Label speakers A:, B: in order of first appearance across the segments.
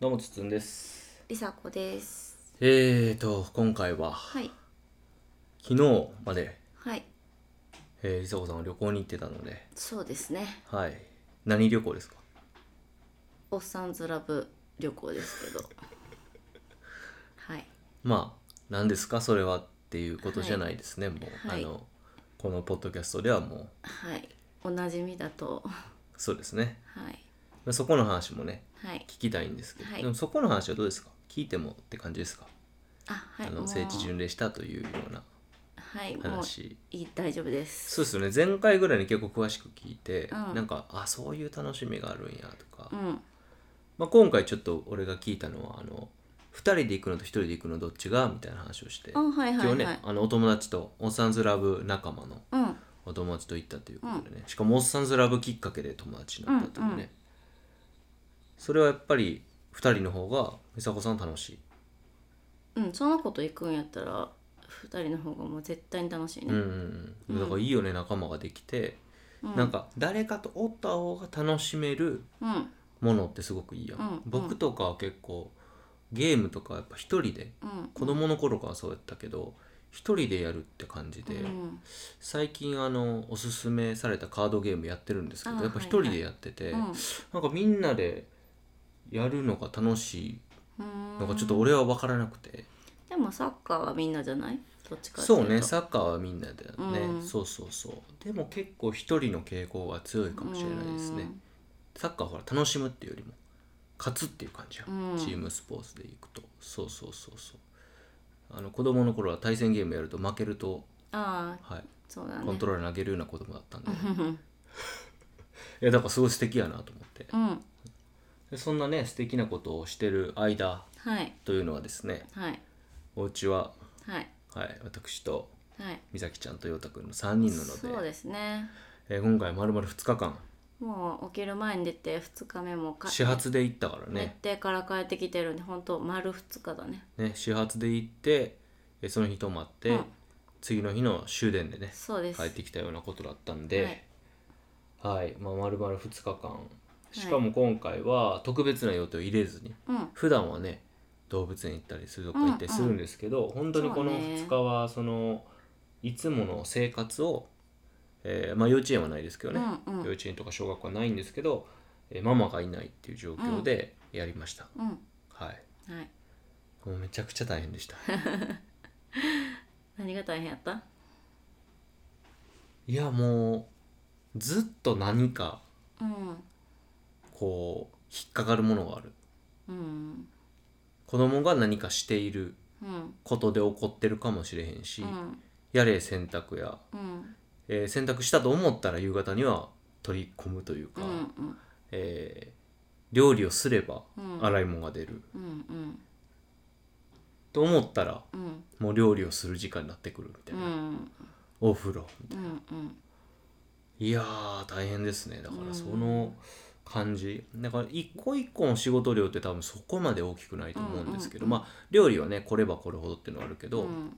A: どうもつつんです
B: りさこです。
A: えーと今回は
B: はい。
A: 昨日まで、
B: はい。
A: えー、りさこさんは旅行に行ってたので
B: そうですね。
A: はい何旅行ですか
B: おっさんずラブ旅行ですけど。はい。
A: まあ何ですかそれはっていうことじゃないですね、もう、
B: はい
A: あのこのポッドキャストではもう
B: はい。おなじみだと。
A: そうですね
B: はい。
A: そこの話もね
B: はい。
A: 聞きたいんですけど、
B: はい
A: でもそこの話はどうですか聞いてもって感じですか、
B: あ、はい。
A: あ
B: も
A: の
B: う
A: 聖地巡礼したというような
B: はい。もう
A: 話
B: いい、大丈夫です。
A: そうですよね前回ぐらいに結構詳しく聞いて、
B: うん
A: なんかあそういう楽しみがあるんやとか、
B: うん。
A: まあ、今回ちょっと俺が聞いたのはあの2人で行くのと1人で行くのどっちがみたいな話をして、
B: あ、はいはい
A: 今
B: は
A: 日
B: い。
A: ね、あのお友達とおっさんずラブ仲間の
B: うん。は
A: お友達と行ったということでね、しかもおっさんずラブきっかけで友達になったというね、
B: うんうん
A: それはやっぱり2人の方が美佐子さん楽しい、
B: うん。その子と行くんやったら、二人の方がもう絶対に楽しい
A: うん
B: ね。
A: うんうん、だからいいよね仲間ができて、なんか誰かとおった方が楽しめる
B: うん。うん。
A: ものってすごくいいやん、
B: うんうん
A: 僕とかは結構ゲームとかやっぱ1人で
B: うん。
A: 子供の頃からそうやったけど一人でやるって感じで、
B: うん。
A: 最近あのおすすめされたカードゲームやってるんですけ
B: あ
A: ど
B: ー
A: やっぱ
B: はい
A: 一人でやってて、
B: うん
A: なんかみんなでやるのが楽し
B: う
A: い
B: ん
A: のがちょっと俺は分からなくて、
B: でもサッカーはみんなじゃないどっちかってい
A: そう
B: と
A: うねサッカーはみんなだよね、
B: うん
A: そうそうそうでも結構一人の傾向が強いかもしれないですね、
B: うん
A: サッカーはほら楽しむっていうよりも勝つっていう感じや、
B: うん
A: チームスポーツでいくとそうそうそうそうあの子供の頃は対戦ゲームやると負けると、
B: ああ
A: はい、
B: そうだね
A: コントローラー投げるような子供だったんで、
B: うん
A: いやだからすごい素敵やなと思って
B: うん
A: でそんなね素敵なことをしてる間
B: はい
A: というのはですね
B: はい
A: お家は
B: はい
A: はい私と
B: はい
A: 美咲ちゃんと陽太くんの3人なので
B: そうですね
A: えー今回まるまる2日間
B: もう起きる前に出て2日目もか
A: 始発で行ったから
B: 日
A: ね
B: 程から帰ってきてるんで本当丸2日だね
A: ね始発で行ってえーその日泊まって、
B: うん
A: 次の日の終電でね
B: そうです、
A: 帰ってきたようなことだったんではい、まあ、丸々2日間
B: い
A: しかも今回は特別な予定を入れずに
B: うん
A: 普段はね動物園行ったり水族館行ったりするんですけど、本当にこの
B: そうね
A: 2日はそのいつもの生活を、えーまあ、幼稚園はないですけどね、
B: うんうん
A: 幼稚園とか小学校はないんですけど、えーママがいないっていう状況でやりました、
B: うん
A: はい
B: はい
A: もうめちゃくちゃ大変でした
B: 何が大変やった
A: いやもうずっと何か
B: うん
A: こう引っかかるものがある
B: うん
A: 子供が何かしている
B: うん
A: ことで起こってるかもしれへんし、
B: うん
A: やれ洗濯や、
B: うん
A: えー洗濯したと思ったら夕方には取り込むという
B: う
A: か、
B: んうん
A: えー料理をすれば
B: うん
A: 洗い物が出る、
B: うんうん
A: と思ったら
B: うん
A: もう料理をする時間になってくるみた
B: う
A: いな、
B: ん
A: お風呂
B: うんうん
A: いやー大変ですねだか
B: う
A: ら
B: ん
A: その感じだから一個一個の仕事量って多分そこまで大きくないと思うんですけど、
B: うんうん
A: まあ料理はねこればこれほどっていうのはあるけど、
B: うん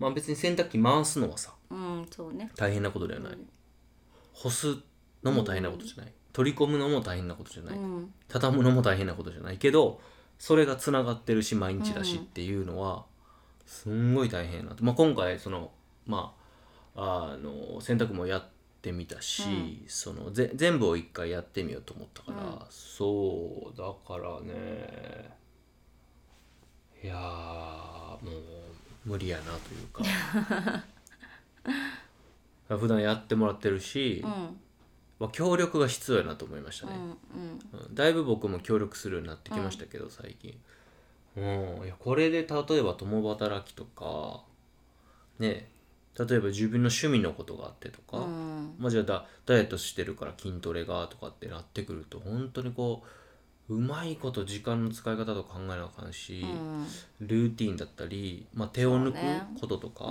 A: まあ別に洗濯機回すのはさ
B: うんそうね
A: 大変なことではない、
B: うん
A: 干すのも大変なことじゃない、取り込むのも大変なことじゃ
B: う
A: ない、
B: ん
A: 畳むのも大変なことじゃないけどそれがつながってるし毎日だしっていうのはすんごい大変なと、まあ、今回そのまああの洗濯もやってみたし、そのぜ全部を一回やってみようと思ったから、そうだからねいやーもう無理やなという か普段やってもらってるし、
B: うん
A: まあ協力が必要やなと思いました
B: う
A: ね。
B: んうん
A: うんだいぶ僕も協力するようになってきましたけど、最近うんいやこれで例えば共働きとかね例えば自分の趣味のことがあってとか、
B: うん
A: まあじゃあダダイエットしてるから筋トレがとかってなってくると本当にこううまいこと時間の使い方とか考えなあかんし
B: う、ん
A: ルーティンだったり、まあ、手を抜
B: そうね
A: くこととか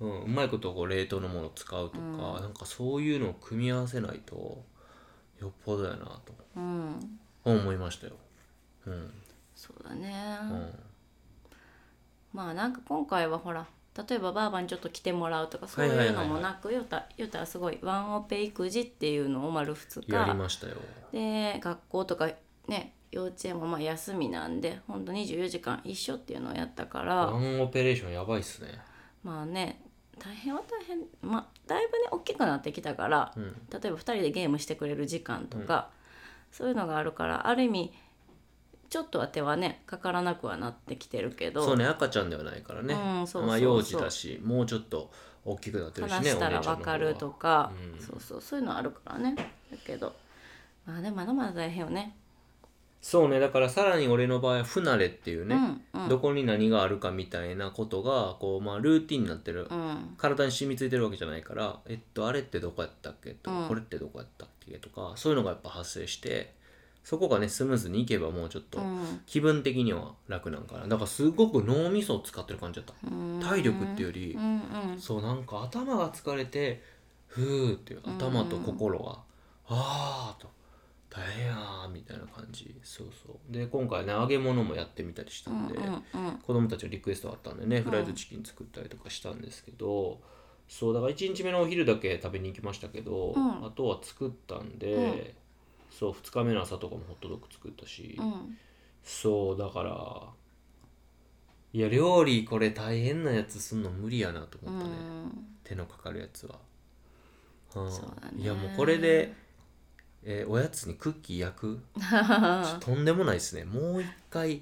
A: う,、
B: うん
A: ん、うまいことこう冷凍のものを使うとか、なんかそういうのを組み合わせないとよっぽどやなと
B: うん
A: 思いましたよ。うん、
B: そうだね、
A: うん、
B: まあなんか今回はほら例えばばあばにちょっと来てもらうとかそう
A: はいはいいうはいは
B: の
A: い
B: もなくゆうたゆうたはすごいワンオペ育児っていうのを丸2
A: やり
B: 日
A: ましたよ。
B: で学校とかね幼稚園もまあ休みなんでほんと24時間一緒っていうのをやったか
A: ワ
B: ら、
A: ンオペレーションやばいっすね
B: まあね大変は大変まあだいぶね大きくなってきたから
A: うん
B: 例えば2人でゲームしてくれる時間とか、そういうのがあるからある意味ちょっとは手はねかからなくはなってきてるけど
A: そうね赤ちゃんではないからね、
B: うんそうそうそう
A: まあ幼児だしもうちょっと大きくなってるしね
B: 話したら
A: お姉ちゃんの
B: わ
A: 方
B: か
A: は
B: るとか、
A: うん
B: そうそうそういうのあるからねだけどまあでもまだまだ大変よね
A: そうねだからさらに俺の場合は不慣れっていうね、
B: うんうん
A: どこに何があるかみたいなことがこう、まあ、ルーティンになってる、
B: うん
A: 体に染みついてるわけじゃないからえっとあれってどこやったっけとか、
B: うん
A: これってどこやったっけとかそういうのがやっぱ発生してそこがねスムーズにいけばもうちょっと
B: うん
A: 気分的には楽なんかなだからすごく脳みそを使ってる感じだった、
B: うん
A: 体力っていうより
B: う、んうん
A: そうなんか頭が疲れてふーっていう頭と心が、あーと大変やーみたいな感じそうそうで今回ね揚げ物もやってみたりした
B: うん
A: んで、
B: うんうん
A: 子供たちのリクエストがあったんでね、フライドチキン作ったりとかしたんですけどそうだから1日目のお昼だけ食べに行きましたけど、
B: うん
A: あとは作ったんで、
B: うん
A: そう2日目の朝とかもホットドッグ作ったし、
B: うん
A: そうだからいや料理これ大変なやつすんの無理やなと思ったね、手のかかるやつは、うん
B: そうだね
A: いやもうこれで、えーおやつにクッキー焼 くちょとんでもないですねもう一回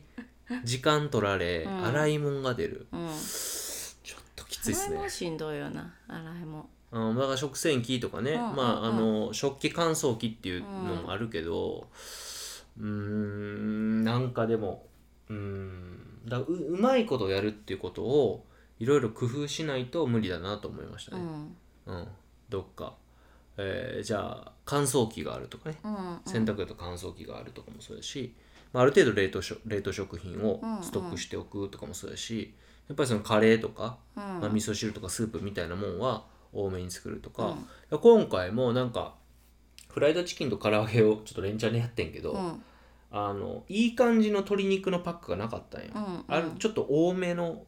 A: 時間取られ、
B: うん
A: 洗い物が出る
B: うんうん
A: ちょっときついです
B: 洗いも
A: ね、
B: しんどいよな洗いも
A: うん、だから食洗機とかね、
B: うんうんうん
A: まああの食器乾燥機っていうのもあるけどうーんなんかでもうーんだううまいことやるっていうことをいろいろ工夫しないと無理だなと思いました
B: う
A: ね、
B: ん
A: うん、どっか、えーじゃあ乾燥機があるとかね
B: うん
A: 洗濯だと乾燥機があるとかもそうだし、まあ、ある程度冷凍しょ冷凍食品を
B: うんうん
A: ストックしておくとかもそうだしやっぱりそのカレーとか、
B: うん
A: まあ、味噌汁とかスープみたいなもんは多めに作るとか、
B: うん
A: 今回もなんかフライドチキンと唐揚げをちょっとレンチャンでやってんけど、
B: うん
A: あのいい感じの鶏肉のパックがなかったんよ、
B: うんうん
A: あるちょっと多めの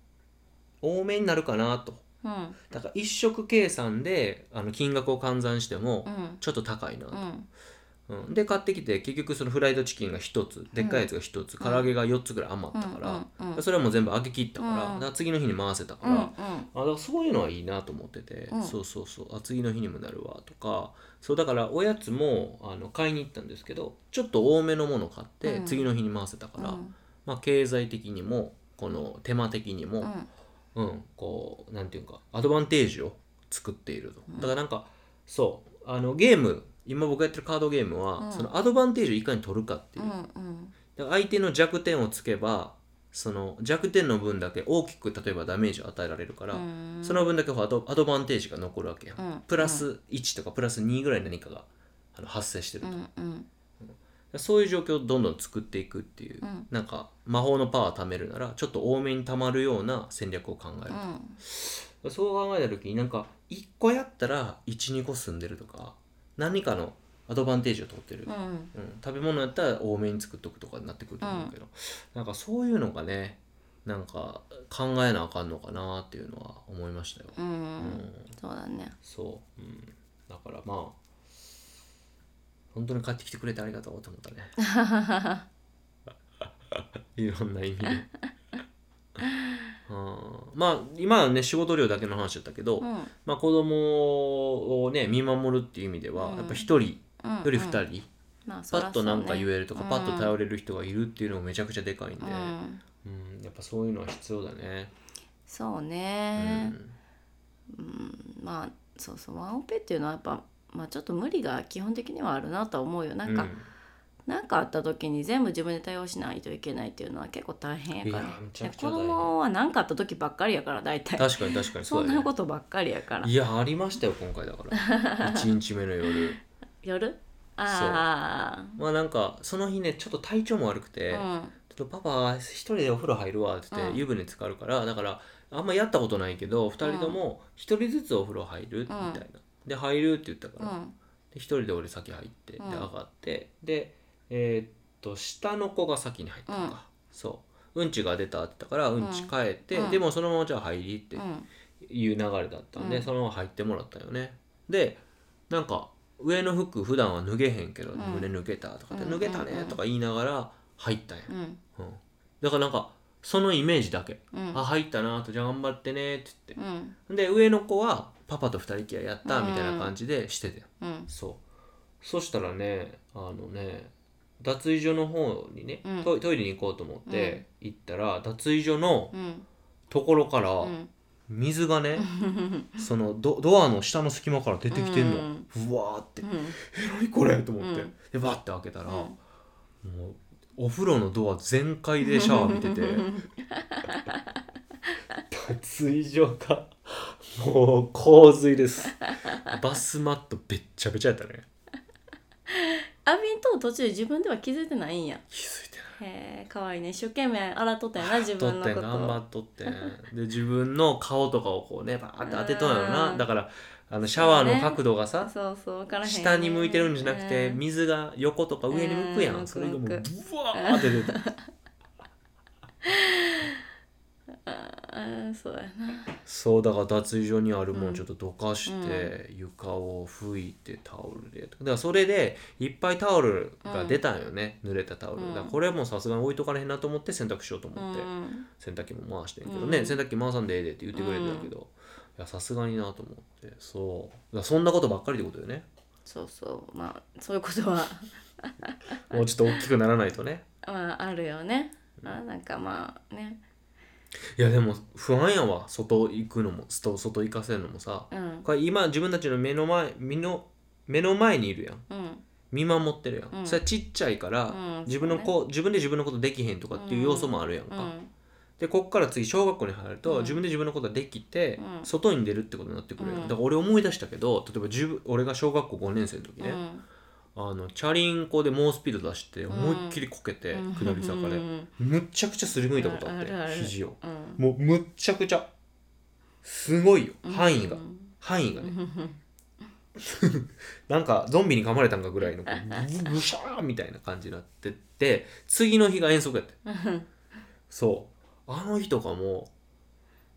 A: 多めになるかなと
B: うん
A: だから一食計算であの金額を換算しても
B: うん
A: ちょっと高いなと
B: うん
A: うん、で買ってきて結局そのフライドチキンが1つでっかいやつが1つ、唐揚げが4つぐらい余ったから、
B: うんうんうん
A: それはもう全部揚げ切ったから,、
B: うん
A: だから次の日に回せたか
B: う
A: ら,、
B: ん
A: あだからそういうのはいいなと思ってて、
B: うん
A: そうそうそうあ次の日にもなるわとかそうだからおやつもあの買いに行ったんですけどちょっと多めのもの買って、
B: うん
A: 次の日に回せたから、
B: うん
A: まあ、経済的にもこの手間的にも、
B: う
A: う
B: ん
A: ん、こうなんていうかアドバンテージを作っていると、だからなんかそうあのゲーム今僕がやってるカードゲームは、
B: うん
A: そのアドバンテージをいかに取るかっていうう、だか
B: んうん
A: ら相手の弱点をつけばその弱点の分だけ大きく例えばダメージを与えられるから、
B: うん
A: その分だけアドアドバンテージが残るわけや、
B: うん
A: プラス1とかプラス2ぐらい何かがあの発生してる
B: う
A: と、
B: んうん
A: そういう状況をどんどん作っていくっていう、
B: ん
A: なんか魔法のパワー貯めるならちょっと多めに貯まるような戦略を考える
B: う
A: と
B: ん
A: そう考えた時になんか1個やったら12個進んでるとか何かのアドバンテージを取ってる、
B: う
A: うん
B: ん
A: 食べ物やったら多めに作っとくとかになってくると思うけど、なんかそういうのがねなんか考えなあかんのかなっていうのは思いましたよ、
B: う
A: うんん
B: そうだね
A: そう、うん、だからまあ本当に買ってきてくれてありがとうと思ったね いろんな意味で うんまあ今はね仕事量だけの話だったけど、
B: うん
A: まあ、子供をね見守るっていう意味では、
B: うん
A: やっぱ一人
B: うん
A: より二人、
B: うんまあ
A: パ
B: そら
A: ッとなんか言えるとか、
B: そうね
A: パッと頼れる人がいるっていうのもめちゃくちゃでかいんで、
B: うんうん
A: うんやっぱそういうのは必要だね、
B: そう
A: う
B: ね
A: ん
B: うんまあそうそうワンオペっていうのはやっぱまあちょっと無理が基本的にはあるなとは思うよなんかなんかあった時に全部自分で対応しないといけないっていうのは結構大変やから
A: い
B: ね
A: やめちゃくちゃ
B: 子
A: 大変
B: 供は何かあった時ばっかりやから大
A: うん
B: 体
A: 確かに確かに
B: そ
A: そうんだ
B: な
A: ね
B: ことばっかりやから
A: いやありましたよ今回だから 1日目の夜
B: 夜あ
A: まあなんかその日ねちょっと体調も悪く
B: あ
A: て、
B: う
A: ちょっと
B: ん
A: パパ一人でお風呂入るわって言って、
B: うん
A: 湯船浸かるからだからあんまやったことないけど2人とも1人ずつお風呂入るみたいな、で入るって言ったか
B: う
A: ら、
B: ん
A: で一人で俺先入ってで
B: うん
A: 上がって、でえーっと下の子が先に入ったのか、
B: うん
A: そううんちが出たって言ったからうんち帰って、
B: うん
A: でもそのままじゃあ入りって
B: うん
A: いう流れだったんで、
B: うん
A: そのまま入ってもらったよねでなんか上の服普段は脱げへんけど
B: ん
A: 胸脱げたとかって、
B: うん
A: 脱げたねとか言いながら入ったんや、
B: うん
A: うん、だからなんかそのイメージだけ、
B: うん
A: あ入ったなあとじゃあ頑張ってねって言って、
B: うん
A: で上の子はパパと二人きりやった
B: うん
A: みたいな感じでしてて、
B: うん
A: そうそしたらねあのね脱衣所の方にね、
B: うん
A: トイトイレに行こうと思って行ったら、脱衣所の
B: うん
A: ところから、
B: うん
A: 水がねそのドドアの下の隙間から出てきてんの、
B: う
A: うんわーって
B: う
A: 「
B: ん
A: え何これ?」と思って、
B: うん
A: でバッて開けたら、
B: うん
A: もうお風呂のドア全開でシャワー浴びてて 脱衣所がもう洪水 ですバスマットべっちゃべちゃやったね
B: アビンと途中自分では気づいてないんや
A: 気づいてない
B: へえかわいいね一生懸命洗っとったよな自
A: 撮
B: 分
A: っ
B: の
A: てん
B: こと
A: 頑張
B: を
A: っとってんで自分の顔とかをこうねバーって当てとんやろ
B: う
A: なんだからあのシャワーの角度がさ、
B: そうそう分からへん
A: 下に向いてるんじゃなくて
B: うん
A: 水が横とか上に向くや
B: うん
A: んそれがもうブ
B: 向
A: ワ
B: く
A: ーって出て
B: うんそうやな
A: そうだから脱衣所にあるもんちょっとどかして、
B: う
A: 床を拭いてタオルでだからそれでいっぱいタオルが出たんよね、濡れたタオル、
B: うん
A: だからこれはもうさすがに置いとかれへんなと思って洗濯しようと思って、
B: うん
A: 洗濯機も回してんけどね、
B: うん
A: 洗濯機回さんでええでって言ってくれてたけど、いやさすがになと思ってそうだからそんなことばっかりってことよね
B: そうそうまあそういうことは
A: もうちょっと大きくならないとね
B: まああるよねあなんかまあね
A: いやでも不安やわ外行くのも外外行かせるのもさ
B: うん
A: これ今自分たちの目の前目の目の前にいるやん
B: うん
A: 見守ってるやん、
B: うん
A: それはちっちゃいから、
B: うん
A: 自分の子、自分で自分のことできへんとかっていう要素もあるやん
B: う
A: か、
B: ん
A: でこっから次小学校に入ると、
B: うん
A: 自分で自分のことができて、
B: うん
A: 外に出るってことになってくるやん、
B: う
A: だ
B: ん
A: から俺思い出したけど例えば自分俺が小学校5年生の時
B: う
A: ね、
B: ん
A: あのチャリンコで猛スピード出して
B: ん
A: 思いっきりこけて、
B: うん
A: 下り坂で、
B: うん
A: むっちゃくちゃすりむいたことあって
B: あるある
A: 肘を
B: うん
A: もうむっちゃくちゃすごいよ範囲が、
B: うん
A: 範囲がねなんかゾンビに噛まれたんかぐら いのこうぐしゃーみたいな感じになってって次の日が遠足やって そうあの日とかも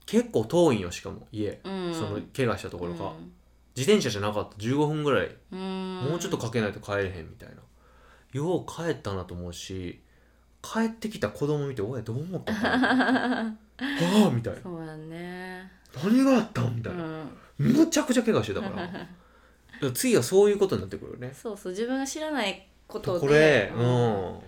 A: 結構遠いんよしかも家、
B: うん
A: その怪我したところが、
B: うん
A: 自転車じゃなかった15分ぐらい
B: うん
A: もうちょっとかけないと帰れへんみたいなよう帰ったなと思うし帰ってきた子供見て親どう思ったん かなはあみたいな
B: そうやね
A: 何があったんみた
B: う
A: いな、
B: ん
A: むちゃくちゃ怪我してたからだから次はそういうことになってくるよね
B: そうそう自分が知らないことで
A: これうん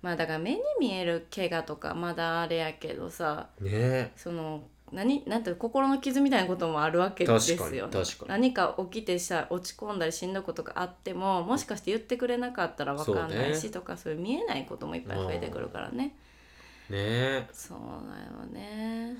B: まあだから目に見える怪我とかまだあれやけどさ
A: ねえ
B: その何なんていうの心の傷みたいなこともあるわけですよ、
A: 確かに確かに
B: 何か起きてした落ち込んだりしんどいことがあってももしかして言ってくれなかったら分かんない
A: そう
B: し、とかそういう見えないこともいっぱい増えてくるからね
A: ねえ
B: そうだよね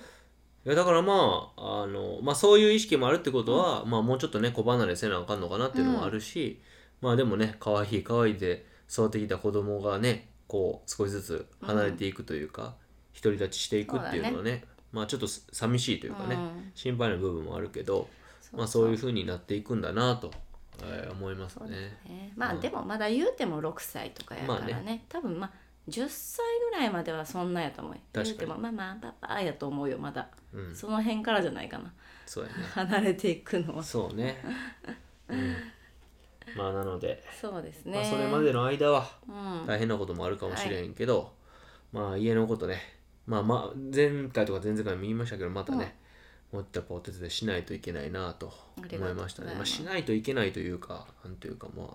A: いやだからまああの、まあ、そういう意識もあるってことは、まあ、もうちょっとね子離れせなあかんのかなっていうのもあるし、まあでもね可愛い可愛いで育ってきた子供がねこう少しずつ離れていくというか、独り立ちしていくっていうの
B: そ
A: はねまあちょっとす寂しいというかね、
B: うん
A: 心配な部分もあるけど
B: そ
A: まあ、そういう風になっていくんだなと、えー思います
B: そうです
A: ね。
B: ねまあ、
A: うん
B: でもまだ言うても6歳とかやからね,、
A: まあ
B: 多分まあ10歳ぐらいまではそんなんやと思うよ
A: 確かに
B: 言うてもママパパやと思うよまだ、
A: うん、
B: その辺からじゃないかな
A: そうやね。
B: 離れていくのは
A: そうね。うん、まあなので、
B: そうですね、
A: まあ、それまでの間は
B: うん
A: 大変なこともあるかもしれんけど、まあ家のことね、まあまあ前回とか前々回も言いましたけど、またね、もっとやっぱお手伝いしないといけないなと
B: あ
A: 思
B: りがとう
A: い
B: ござい
A: ま
B: ま
A: し
B: す
A: たね。まあしないといけないというか、なんというかまあ、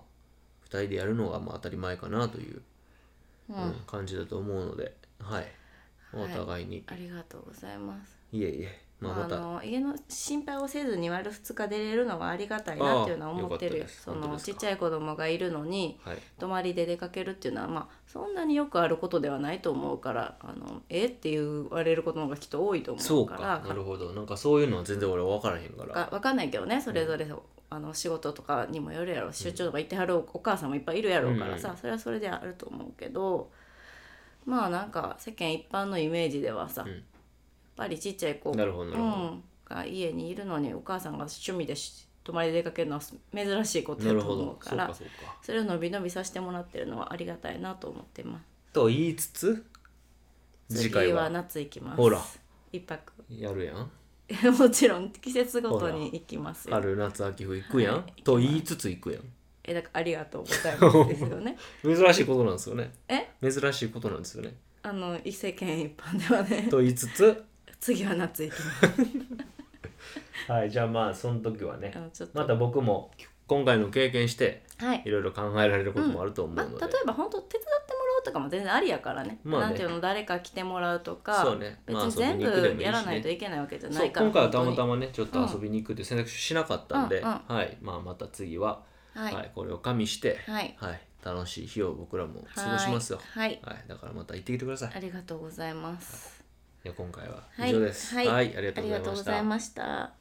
A: 二人でやるのがまあ当たり前かなという、
B: うん
A: うん感じだと思うので、はい。お互いに、
B: ありがとうございます。
A: い、えいえ、まあまた、
B: あの家の心配をせずに丸2日出れるのはありがたいなっていうのは思ってる
A: ああよか
B: よ
A: ったです
B: そ
A: 本当
B: の
A: ですか
B: ちっちゃい子供がいるのに
A: はい。
B: 泊まりで出かけるっていうのは、まあ、そんなによくあることではないと思うからあのえって言われることの方がきっと多いと
A: そ
B: 思う
A: う
B: か
A: からなるほどなんかそういうのは全然俺は分からへんから
B: わかんないけどねそれぞれ、あの仕事とかにもよるやろ出張とか行ってはるおお母さんもいっぱいいるやろうからさ、それはそれであると思うけどまあなんか世間一般のイメージではさ、
A: うん
B: やっぱりちっちゃい子
A: なるほどなるほど
B: うん、が家にいるのにお母さんが趣味でし泊まりで出かけるのは珍しいこと
A: な
B: だ
A: る
B: と
A: ほ
B: 思う
A: ど
B: か
A: そう
B: ら
A: かそうか
B: それをのびのびさせてもらってるのはありがたいなと思ってま
A: と言いつつ
B: す
A: 次回
B: 次は
A: は
B: 夏行きます
A: ほら
B: 一泊
A: やるやん
B: もちろん季節ごとに行きますよ
A: 春夏秋冬行くやんと言いつつ行くやん
B: えだからありがとうございますですよ ね
A: 珍しいことなんですよね
B: え
A: 珍しいことなんで すよね
B: あの一世間一般で はね
A: と言いつつ
B: 次は夏行きます
A: はいじゃあまあその時はね
B: あのちょっと
A: また僕も今回の経験して
B: はい
A: いろいろ考えられることもあると思
B: まあ、
A: う
B: 例
A: の
B: え
A: で、
B: ば本当手伝ってもらうとかも全然ありやからね,、
A: まあね
B: なんていうの誰か来てもらうとか
A: そうね
B: 別
A: まあ
B: に全
A: 遊びに行くでもいいし
B: 部
A: ね
B: やらないといけないわけじゃな
A: そう
B: いから
A: 今回はたま
B: 本当
A: た
B: に
A: まねちょっと遊びに行くっていう選択肢しなかったんで、
B: うんうん
A: はいまあ、また次は、
B: は
A: はいい
B: はい、
A: これを加味して、
B: はい
A: はい、楽しい日を僕らも過ごしますよ、
B: はい、
A: はい、だからまた行ってきてください
B: ありがとうございます
A: いや今回は
B: はい
A: 以上です、
B: はい
A: ありが
B: あ
A: とう
B: り
A: ござ
B: が
A: い
B: と
A: ま
B: うご
A: し
B: ざい
A: た
B: ました